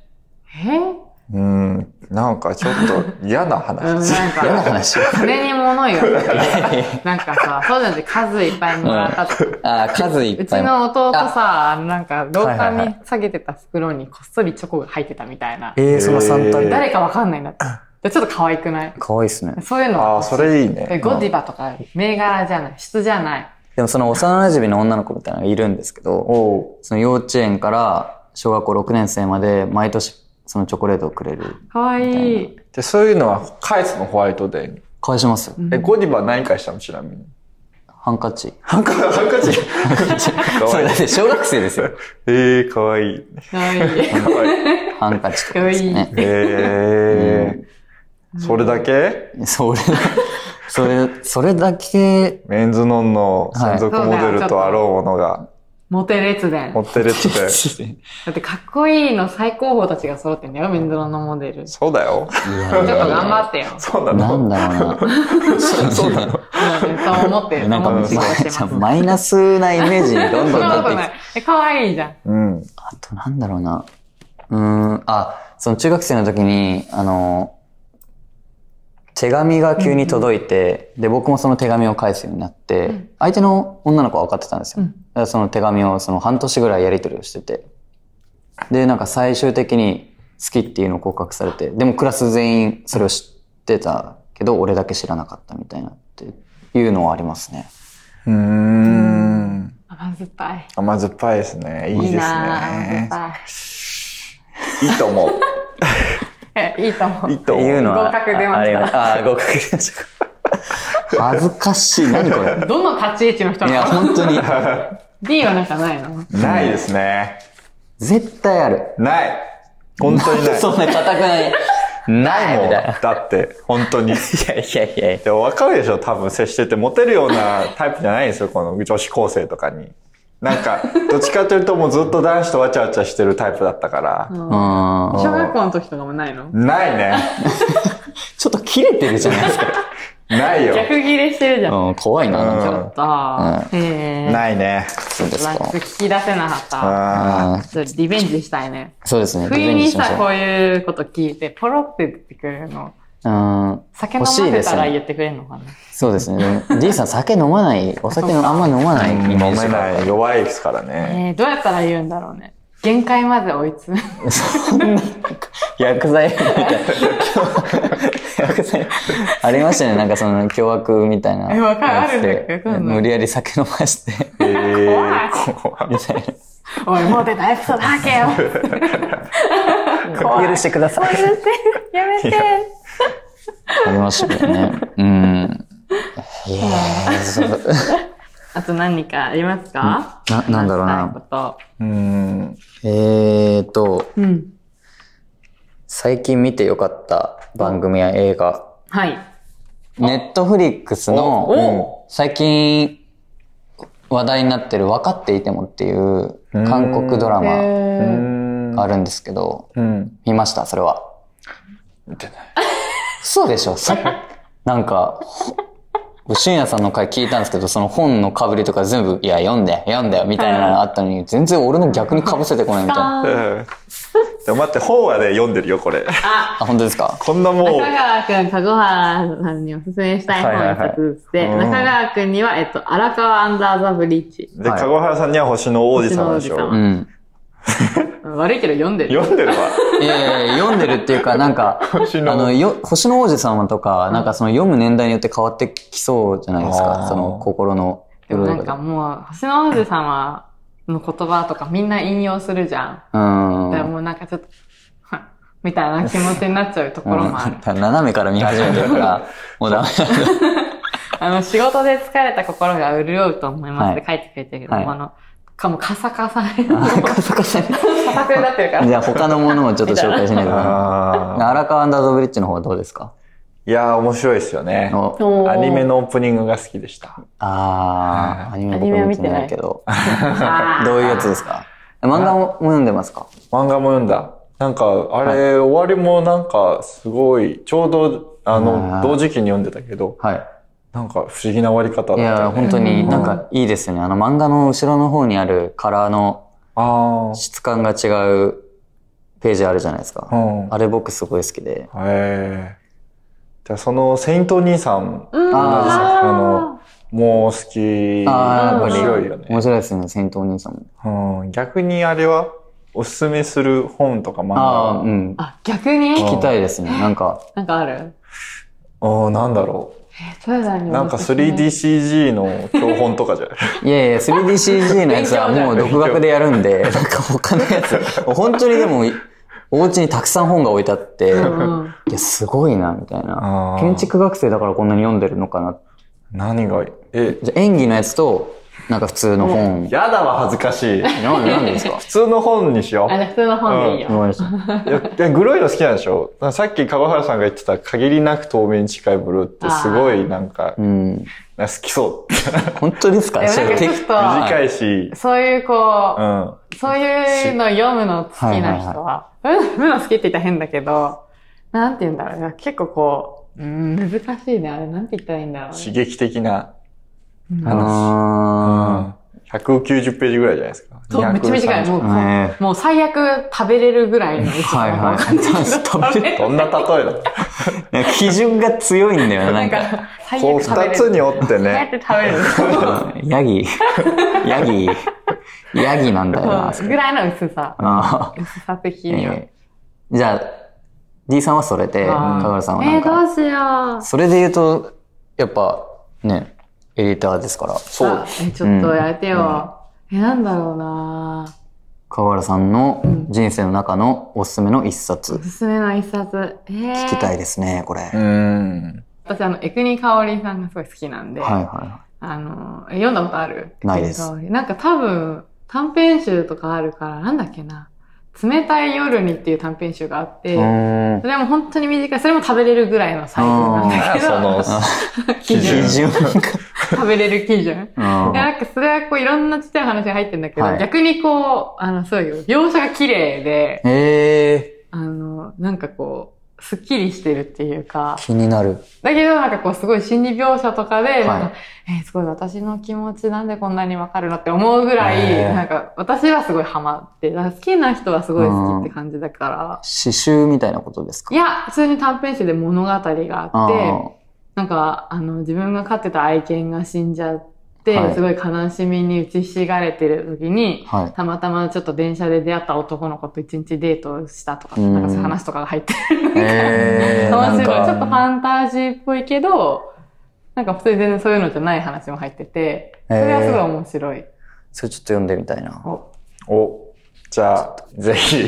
Speaker 3: えうん、
Speaker 1: ごいねうん。なんかちょっと嫌な
Speaker 3: なん
Speaker 1: 話。
Speaker 2: (laughs) 嫌な
Speaker 3: か、
Speaker 2: 話。
Speaker 3: (laughs) 金に物言わないなんかさ、そうじゃなくて数いっぱいもらったとか
Speaker 2: あー数いっ
Speaker 3: う
Speaker 2: ぱ
Speaker 3: ち
Speaker 2: い。
Speaker 3: の弟さ、なんか廊
Speaker 2: はいは
Speaker 3: 下
Speaker 2: い
Speaker 3: に下げてた袋にこっそりチョコが入ってたみたいな。
Speaker 2: えー、その
Speaker 1: え
Speaker 2: 3
Speaker 1: ー
Speaker 2: 択。
Speaker 3: 誰かわかんないんだって。でちょっと可愛くない
Speaker 2: かわいいっすね。
Speaker 3: そういうの
Speaker 1: あ
Speaker 3: が
Speaker 1: あ、そ
Speaker 3: 欲しい
Speaker 1: れいい
Speaker 3: え
Speaker 1: ね。
Speaker 3: ゴディバとか、銘柄じゃない、質じゃない。
Speaker 2: でもその幼馴染の女の子みたいなのがいるんですけど、
Speaker 1: おう。
Speaker 2: その幼稚園から小学校6年生まで毎年そのチョコレートをくれる。
Speaker 3: 可愛い。
Speaker 1: で、そういうのは返すのホワイトデーに。
Speaker 2: 返します
Speaker 1: え、ゴディバ何回したのちなみに。
Speaker 2: ハンカチ。
Speaker 1: ハンカハンカチ。か
Speaker 2: そ
Speaker 1: わ
Speaker 2: れ
Speaker 1: いい
Speaker 2: だっ。て小学生ですよ。
Speaker 1: えー、かわいい。
Speaker 3: 可愛い。
Speaker 1: かわいい。
Speaker 2: ハンカチとかですね。
Speaker 1: えー、それだけ
Speaker 2: それ、それ、それだけ、
Speaker 1: メンズノンの専属モデルとあろうものが
Speaker 3: モテ列伝。
Speaker 1: 持ってるって。
Speaker 3: だってかっこいいの最高峰たちが揃ってんだよ、メンズロンのモデル。ち
Speaker 1: そうだよ。
Speaker 3: ょっと頑張ってよ。
Speaker 1: そうな
Speaker 2: なん
Speaker 1: の
Speaker 2: だろう
Speaker 1: そうなの
Speaker 3: うんそう思って
Speaker 2: (laughs) な。なん
Speaker 3: る。
Speaker 2: か
Speaker 3: そう思
Speaker 2: も
Speaker 3: っ
Speaker 2: う、
Speaker 3: て仕事してま
Speaker 2: じ
Speaker 3: す
Speaker 2: ゃあ。マイナスなイメージにど
Speaker 3: そ
Speaker 2: ん
Speaker 3: ん
Speaker 2: どん
Speaker 3: な
Speaker 2: な
Speaker 3: こ
Speaker 2: って
Speaker 3: と
Speaker 2: い
Speaker 3: な
Speaker 2: く。
Speaker 3: い。え可愛いじゃん。
Speaker 1: うん。
Speaker 2: あとなんだろうな。うーん、あ、その中学生の時に、あの、手紙が急に届いて、で、僕もその手紙を返すようになって、
Speaker 3: うん
Speaker 2: 相手の女の子は分かってたんですよ。
Speaker 3: うん
Speaker 2: だからその手紙をその半年ぐらいやり取りをしてて、で、なんか最終的に好きっていうのを告白されて、でもクラス全員それを知ってたけど、俺だけ知らなかったみたいなっていうのはありますね。
Speaker 1: うーん。
Speaker 3: 甘酸っぱい。
Speaker 1: 甘酸っぱいですね。いい
Speaker 3: いい
Speaker 1: です
Speaker 3: なぁ、
Speaker 1: ね。
Speaker 3: 甘酸っ
Speaker 1: いいと思う。
Speaker 3: ぱい。えいいと思う。
Speaker 1: いいと
Speaker 2: って
Speaker 1: 思
Speaker 2: いう
Speaker 1: う。
Speaker 2: のは。
Speaker 3: 合格出ました
Speaker 2: あありますあー合格出ましたか。 (laughs) 恥ずかしい。何これ。
Speaker 3: どの立ち位置の人
Speaker 2: いや、
Speaker 3: なの
Speaker 2: 本当に。
Speaker 3: ?D はなんかないの
Speaker 1: ないですね。
Speaker 2: 絶対ある。
Speaker 1: ない。本当にない。
Speaker 2: (laughs) そんな固くない。な
Speaker 1: ないいも
Speaker 2: み
Speaker 1: ん。
Speaker 2: たいな。
Speaker 1: だって、本当に。
Speaker 2: (laughs) いやいやいや。
Speaker 1: でもわかるでしょ多分接してて、モテるようなタイプじゃないですよ、この女子高生とかに。なんか、どっちかというともうずっと男子とわちゃわちゃしてるタイプだったから。
Speaker 2: うん。
Speaker 3: 小学校の時とかもないの
Speaker 1: ないね。
Speaker 2: ちょっと切れてるじゃないですか。
Speaker 1: ないよ。
Speaker 3: 逆切れしてるじゃん。
Speaker 2: うん、怖いな、なん
Speaker 1: うん
Speaker 2: か。
Speaker 3: ああ。へえ。
Speaker 1: ないね。
Speaker 2: そうです
Speaker 3: なんか
Speaker 2: か。
Speaker 3: 聞き出せなかった。
Speaker 1: あ
Speaker 2: あ
Speaker 3: ちょっとリベンジしたいね。
Speaker 2: ーそうですね。
Speaker 3: 不
Speaker 2: リ
Speaker 3: 意
Speaker 2: ベン
Speaker 3: に
Speaker 2: ジしまし
Speaker 3: さ、
Speaker 2: ょ
Speaker 3: こ
Speaker 2: う
Speaker 3: ういうこと聞いて、ポロって出てくるの。
Speaker 2: うん。
Speaker 3: 酒飲ま
Speaker 2: 欲しい
Speaker 3: せ
Speaker 2: です
Speaker 3: たら
Speaker 2: ね
Speaker 3: 言ってくれるのかな。
Speaker 2: そうですね。でも D さん酒飲まない、お酒のあんま飲まない
Speaker 1: あ。
Speaker 2: イ
Speaker 1: 飲
Speaker 2: メ
Speaker 1: め
Speaker 2: ージが。
Speaker 1: ない。弱いですからね。
Speaker 3: えー、どうやったら言うんだろうね。限界まで追い
Speaker 2: (laughs)
Speaker 3: 詰め。
Speaker 2: そんな、なんか薬剤みたいな。薬剤ありましたね。なんかその、凶悪みたいな。
Speaker 3: えわかるあるんだけどわかんない
Speaker 2: 無理やり酒飲まして、
Speaker 1: えー
Speaker 3: 怖
Speaker 1: 怖い
Speaker 2: みたい
Speaker 3: おい、もう出たエピソード吐
Speaker 2: (laughs)
Speaker 3: けよ。
Speaker 2: な。許してください。
Speaker 3: やめて。
Speaker 2: ありましたけどね。うん。いやーそう
Speaker 3: あと何かありますか
Speaker 2: な、なんだろう
Speaker 3: 話した
Speaker 2: な。
Speaker 3: いこ
Speaker 1: うーん。
Speaker 2: えーと、
Speaker 3: と。うん。
Speaker 2: 最近見てよかった番組や映画。
Speaker 3: はい。
Speaker 2: ネットフリックスの、うん最近話題になってる分かっていてもっていう韓国ドラ
Speaker 1: う
Speaker 2: マ
Speaker 1: ー
Speaker 3: え
Speaker 1: ん
Speaker 2: があるんですけど、
Speaker 1: うん。
Speaker 2: 見ました、それは。
Speaker 1: 見てない。
Speaker 2: そうでしょ (laughs) さなんか、深夜さんの回聞いたんですけど、その本の被りとか全部、いや、読んで、読んで、みたいなのあったのに、全然俺の逆に被せてこないみたいな。
Speaker 3: あー
Speaker 1: うんでも待って、本はね、読んでるよ、これ。
Speaker 2: あ、本当ですか
Speaker 1: こんなもう、
Speaker 3: 中川くん、籠原さんにおすすめしたい本一冊ずつで、
Speaker 1: はいはいはいうん
Speaker 3: 中川くんには、えっと、荒川アンダーザブリッジ。
Speaker 1: で、
Speaker 2: はい
Speaker 1: 籠原さんには星の王子様でし
Speaker 3: 星の王
Speaker 1: ょ
Speaker 2: う。ん。
Speaker 3: 悪いけど読んでる。
Speaker 1: 読んでるわ。
Speaker 2: いやいや、読んでるっていうか、なんか、
Speaker 1: 星の
Speaker 2: あの、よ、星の王子様とか、なんかその読む年代によって変わってきそうじゃないです
Speaker 1: あ
Speaker 2: か。
Speaker 1: ー
Speaker 2: その心の
Speaker 3: でもなん
Speaker 2: と
Speaker 3: かもう、星野王子様の言葉とかみんな引用するじゃん。
Speaker 2: う
Speaker 3: だから
Speaker 2: ん。
Speaker 3: もうなんかちょっと、はっみたいな気持ちになっちゃうところもあ
Speaker 2: う
Speaker 3: る。
Speaker 2: ん (laughs) 斜めから見始めてる
Speaker 1: (laughs)
Speaker 2: から、もうダメなんだ。
Speaker 3: (laughs) あの、仕事で疲れた心が潤うと思いますって書いてくれてるけど、
Speaker 2: はい
Speaker 3: あの、かもうカサカサに、もう
Speaker 2: カサカサに
Speaker 3: カサカサになってるから。
Speaker 2: じゃあ他のものをちょっと紹介しないとな。
Speaker 1: あー
Speaker 2: 荒川アンダードブリッジの方はどうですか
Speaker 1: いやー、面白いですよね。
Speaker 2: の
Speaker 3: おー
Speaker 1: アニメ。のオープニングが好きでした。
Speaker 2: あー、アニメ僕見てないけど。
Speaker 3: あー
Speaker 2: どういうやつですか漫画も読んでますか
Speaker 1: 漫画も読んだ。なんか、あれ、終わりもなんか、すごい、ちょうど、あ
Speaker 2: あー
Speaker 1: の、同時期に読んでたけど、
Speaker 2: はい。
Speaker 1: なんか不思議な終わり方だった
Speaker 2: い
Speaker 1: よね。
Speaker 2: や、本当になんかいいですよね。あの漫画の後ろの方にあるカラーの
Speaker 1: あ
Speaker 2: 質感が違うページあるじゃないです
Speaker 1: あ。う
Speaker 2: か。
Speaker 1: ん。
Speaker 2: あれ僕すごい好きで。
Speaker 1: ええじゃあ、その、セイントお兄さん、
Speaker 3: うん
Speaker 2: あ
Speaker 1: ーあのもう好き。
Speaker 2: あ
Speaker 3: ーやっぱり
Speaker 1: 面白いよね
Speaker 2: 面。白いですね、戦闘お兄さんも。
Speaker 1: うん。逆にあれは、おすすめする本とか漫画
Speaker 2: ああ、
Speaker 1: は
Speaker 2: うん。
Speaker 3: あ、逆に
Speaker 1: うん
Speaker 2: 聞きたいですね。なんか、
Speaker 3: なんかある
Speaker 1: ああ、なんだろ
Speaker 3: え、それ
Speaker 1: う。なんか 3DCG の教本とか
Speaker 2: (laughs)
Speaker 1: じゃない
Speaker 2: いやいや、3DCG のやつはもう独学でやるんで、なんか他のやつ、本当にでも、お家にたくさん本が置いてあって、
Speaker 3: うん
Speaker 2: いや、すごいな、みたいな
Speaker 1: あ。ー
Speaker 2: 建築学生だからこんなに読んでるのかな。
Speaker 1: 何がいいえ、
Speaker 2: じゃあ演技のやつと、なんか普通の本。
Speaker 1: やだわ、恥ずか
Speaker 3: (laughs)
Speaker 1: しい。
Speaker 2: なんでなんでですか
Speaker 1: 普通の本にしよ
Speaker 3: あ、じゃあ普通の本でいいよ。
Speaker 2: わかりました
Speaker 1: う。いや、いやグロいの好きなんでしょさっき川原さんが言ってた限りなく透明に近いブルーってすごいなんか、
Speaker 2: うん。
Speaker 1: なんか好きそう。
Speaker 2: 本当ですか
Speaker 3: でもなんかちょっと
Speaker 1: 短
Speaker 2: い。
Speaker 1: いし、
Speaker 3: そういうこ
Speaker 1: う
Speaker 3: う、
Speaker 1: ん。
Speaker 3: そういうの読むの好きな人は、うん、むの好きって言ったら変だけど、なんて言うんだろうね。結構こう、うん、難しいね。あれ、なんて言ったらいいんだろう
Speaker 1: 刺
Speaker 3: ね。
Speaker 1: 激的な
Speaker 2: あ
Speaker 1: 話。
Speaker 2: の
Speaker 1: 190ページぐらいじゃないですか。
Speaker 3: そうめっちゃ短い。もう、
Speaker 2: ーね
Speaker 3: もう最悪食べれるぐらいの。
Speaker 2: はいはい。食べ
Speaker 1: どんな例えだ
Speaker 2: なんか基準が強いんだよな、
Speaker 3: な
Speaker 2: なんん
Speaker 3: か
Speaker 2: か。、
Speaker 3: 最
Speaker 1: こう
Speaker 3: 悪 (laughs) 食べ
Speaker 1: 二
Speaker 3: れる
Speaker 1: つに折ってね。
Speaker 3: 最悪食べれる。
Speaker 2: うんヤ
Speaker 3: (laughs)
Speaker 2: ギ、ヤギ、ヤギなんだよな、そ
Speaker 3: うんぐ
Speaker 2: れ。
Speaker 3: らいの薄さ。
Speaker 2: あ
Speaker 3: 薄さ的
Speaker 2: ー
Speaker 3: には。
Speaker 2: えーじゃあ、D さんはそれで、
Speaker 3: あー
Speaker 2: 香川さんはな
Speaker 3: え
Speaker 2: ん
Speaker 3: ー、ど
Speaker 2: か、
Speaker 3: うしよう。
Speaker 2: それで言うと、やっぱ、ね、エディターですから、
Speaker 1: そう
Speaker 3: あ。え、ちょっとやめてよ。え、なんだろうな
Speaker 2: 香川さんの人生の中のおすすめの一冊、
Speaker 3: おすすめの一冊。えー、
Speaker 2: 聞きたいですね、これ。は
Speaker 1: う
Speaker 2: い
Speaker 1: ん。
Speaker 3: 私、あの、エクニカオリさんがすごい好きなんで、
Speaker 2: はいは
Speaker 3: あの、え読んだことある
Speaker 2: ないです
Speaker 3: エクニカオリなんか多分、短編集とかあるから、なんだっけな。冷たい夜にっていう短編集があっ
Speaker 2: い。
Speaker 3: て、
Speaker 2: うーん
Speaker 3: それも本当に短い。それも食べれるぐらいのサイズなんだけ
Speaker 1: その
Speaker 3: ど、、 (laughs) 基準
Speaker 2: 基準が。
Speaker 3: 食べれる基準。
Speaker 2: うん
Speaker 3: いやなんかそれはこういろんなちっちゃい話が入ってるんだけど、
Speaker 2: はい
Speaker 3: 逆にこう、あの、そういう描写が綺麗で、
Speaker 2: え
Speaker 3: あの、なんかこう、スッキリしてるっていうか
Speaker 2: ー、、気になる。
Speaker 3: だけどなんかこうすごい心理描写とかで、
Speaker 2: い
Speaker 3: なんかえーすごい私の気持ちなんでこんなにわかるのって思うぐらい、
Speaker 2: へー
Speaker 3: なんか私はすごいハマって、だから好きな人はすごい好きって感じだから、
Speaker 2: 刺繍みたいなことですか
Speaker 3: いや、普通に短編集で物語があって、
Speaker 2: あ
Speaker 3: なんか、あの、自分が飼ってた愛犬が死んじゃって、
Speaker 2: はい
Speaker 3: すごい悲しみに打ちひしがれてる時に、
Speaker 2: ーはい。
Speaker 3: たまたまちょっと電車で出会った男の子と一日デートをしたとか、
Speaker 2: うん
Speaker 3: なんかそういう話とかが入って
Speaker 2: えー、
Speaker 3: る。
Speaker 2: (laughs) な
Speaker 3: 面
Speaker 2: ん
Speaker 3: 白い。ちょっ
Speaker 2: か、
Speaker 3: とファンタジーっぽいけど、なんか普通に全然そういうのじゃない話も入ってて、それはすごい面白い。
Speaker 2: それちょっと読んでみたいな。
Speaker 3: お
Speaker 1: お、じゃあ、ぜ
Speaker 3: (laughs)
Speaker 1: ひ、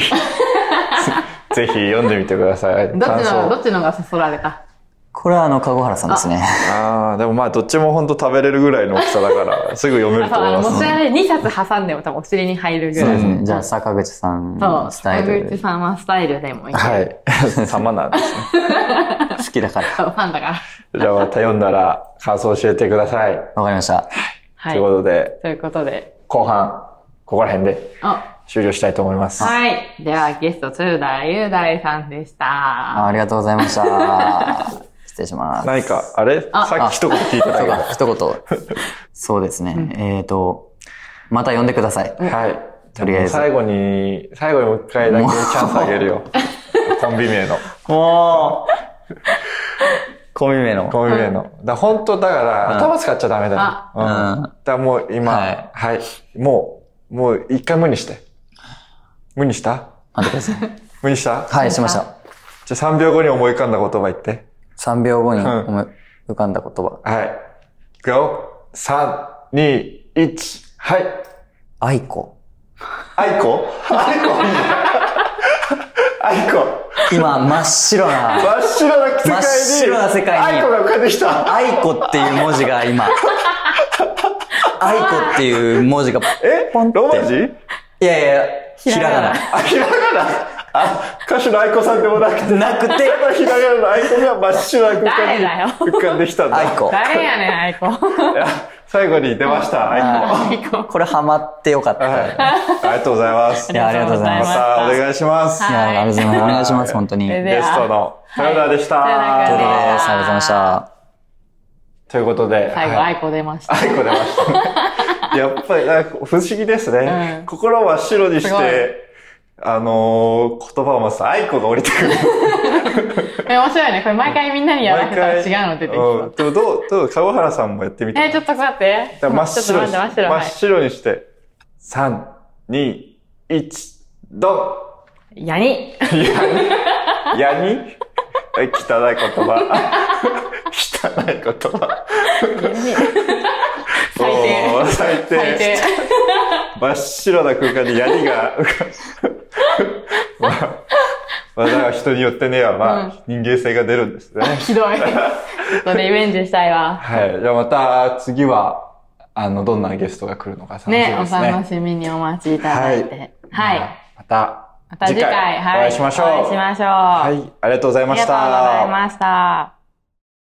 Speaker 1: ぜひ読んでみてください。
Speaker 3: どっちの、どっちのがそそられた
Speaker 2: これはあの、籠原さんですね。
Speaker 1: ああ、でもまあ、どっちも本当食べれるぐらいの大きさだから、すぐ読め
Speaker 3: あ
Speaker 1: る
Speaker 3: そ
Speaker 1: と
Speaker 3: う、あ
Speaker 1: 思い
Speaker 3: の、
Speaker 1: ま
Speaker 3: 持
Speaker 1: す
Speaker 3: ち。上げ2冊挟んでも多分お尻に入るぐ
Speaker 2: そう
Speaker 3: ら
Speaker 2: で
Speaker 3: い。
Speaker 2: す
Speaker 1: ん
Speaker 2: ね。じゃあ、坂口さん
Speaker 3: そ
Speaker 2: の
Speaker 3: う、
Speaker 2: スタイ
Speaker 3: 小口
Speaker 2: ル。
Speaker 3: さんはスタイルでもいい。
Speaker 1: はい。 (laughs) 様なんですね。
Speaker 2: 好きだから。
Speaker 3: そうファン
Speaker 2: (laughs)
Speaker 3: だから。
Speaker 1: じゃあまた読んだら感想教えてください。
Speaker 2: わかりました。
Speaker 3: はい。
Speaker 1: ということで、
Speaker 3: ということで。
Speaker 1: 後半、ここら辺で
Speaker 3: あ、
Speaker 1: 終了したいと思います。
Speaker 3: はい。では、ゲスト、鶴田雄大さんでした。
Speaker 2: あありがとうございました。 (laughs) 失礼します。
Speaker 1: 何か、あれ
Speaker 3: あ
Speaker 1: さっき一言聞いた
Speaker 2: そう
Speaker 1: だ
Speaker 2: か、一言。そうですね。えっと、また呼んでください。
Speaker 1: けど。はい。
Speaker 2: とりあえず
Speaker 1: 最後に、最後にもう一回だけチャンスあげる (laughs) よ。コンビ名の。
Speaker 2: もう、 (laughs) コンビ名の。
Speaker 1: コンビ名の。だから本当だから、頭使っちゃダメだよ。
Speaker 3: あ
Speaker 1: うん。
Speaker 2: うん
Speaker 1: だからもう今、は
Speaker 2: はいい、
Speaker 1: もう、もう一回無にして。無にした
Speaker 2: 待ってください。
Speaker 1: (laughs) 無にした
Speaker 2: はい、しました。
Speaker 1: じゃあ3秒後に思い浮かんだ言葉言って。
Speaker 2: 3秒後に思い浮かんだ言葉。
Speaker 1: はい。いくよ。3、2、1。はい。
Speaker 2: 愛子。
Speaker 1: あいこあいこあいこ
Speaker 2: 今、真っ白な。
Speaker 1: 真っ白な世界に。
Speaker 2: 真っ白な世界に
Speaker 1: あいこが浮かんできた。
Speaker 2: 愛子っていう文字が (laughs) 今。愛子っていう文字が、
Speaker 1: え
Speaker 2: ポンって
Speaker 1: ローマ字
Speaker 2: いやいや、ひらが
Speaker 1: あ、ひらがな。あ、歌手のあいこさんでもなくて。
Speaker 2: な。なくて、
Speaker 1: ただひらがなのあいこが真っ白な空間
Speaker 3: 誰
Speaker 1: に
Speaker 3: だよ
Speaker 1: 浮かんできたんだ。
Speaker 2: 愛子。
Speaker 3: 誰やねん、アイコ。
Speaker 1: いや (laughs) 最後に出ました、愛子。
Speaker 2: あ
Speaker 3: アイコ。
Speaker 2: これハマってよかった。
Speaker 1: はい
Speaker 2: い。
Speaker 1: ありがとうございます。
Speaker 2: いやありがとうござい
Speaker 1: ま
Speaker 2: ました
Speaker 1: お願いします。
Speaker 3: はい
Speaker 2: や、ありがとうございます。お願いします、本当に。と
Speaker 3: そ
Speaker 2: いう
Speaker 3: れ
Speaker 2: こ
Speaker 3: で
Speaker 1: ゲストの、さよならでした。
Speaker 2: と
Speaker 3: さ
Speaker 2: です。
Speaker 3: よなら
Speaker 2: ありがとうございました。
Speaker 1: ということで、
Speaker 3: 最後、
Speaker 1: は
Speaker 3: ア
Speaker 1: い
Speaker 3: イコ出ました。
Speaker 1: 愛子出ま
Speaker 3: (laughs)
Speaker 1: した。やっぱり、なんか不思議ですね。
Speaker 3: うん
Speaker 1: 心は白にし
Speaker 3: すごい
Speaker 1: て、あのー言葉をまず愛子が降りてくる。
Speaker 3: え、面白いね。これ毎回みんなにやらせたら違うの出てき
Speaker 1: うん
Speaker 3: た。
Speaker 1: でもどう、どう、川原さんもやってみて。
Speaker 3: え、ちょっと待って。
Speaker 1: だから真っ
Speaker 3: ちょっ
Speaker 1: 白
Speaker 3: と
Speaker 1: にし、
Speaker 3: 待って、真
Speaker 1: 真
Speaker 3: って白。は
Speaker 1: っ白にして、3、2、1、ド
Speaker 3: い。ヤニ。
Speaker 1: ンヤニヤニ (laughs) 汚い言葉。 (laughs) 汚い言葉。 (laughs)
Speaker 3: 最低
Speaker 1: おー最低。
Speaker 3: 最低。
Speaker 1: 真っ白な空間に槍が (laughs) 浮かまあ、まあ、だから人によってね、まあ、人間性が出るんですね。
Speaker 3: ひ
Speaker 1: (laughs)
Speaker 3: どい。ちょっとリベンジしたいわ。
Speaker 1: はい。じゃあまた次は、あの、どんなゲストが来るのか楽しみ
Speaker 3: ね、お
Speaker 1: ですね。
Speaker 3: 楽しみにお待ちいただいて。は
Speaker 1: まあ
Speaker 3: い。。
Speaker 1: また、
Speaker 3: また次回、
Speaker 1: お会いしましょう。
Speaker 3: お会いしましょう。
Speaker 1: はい。ありがとうござい
Speaker 3: あ
Speaker 1: ま
Speaker 3: りが
Speaker 1: し
Speaker 3: とう
Speaker 1: た。
Speaker 3: ございました。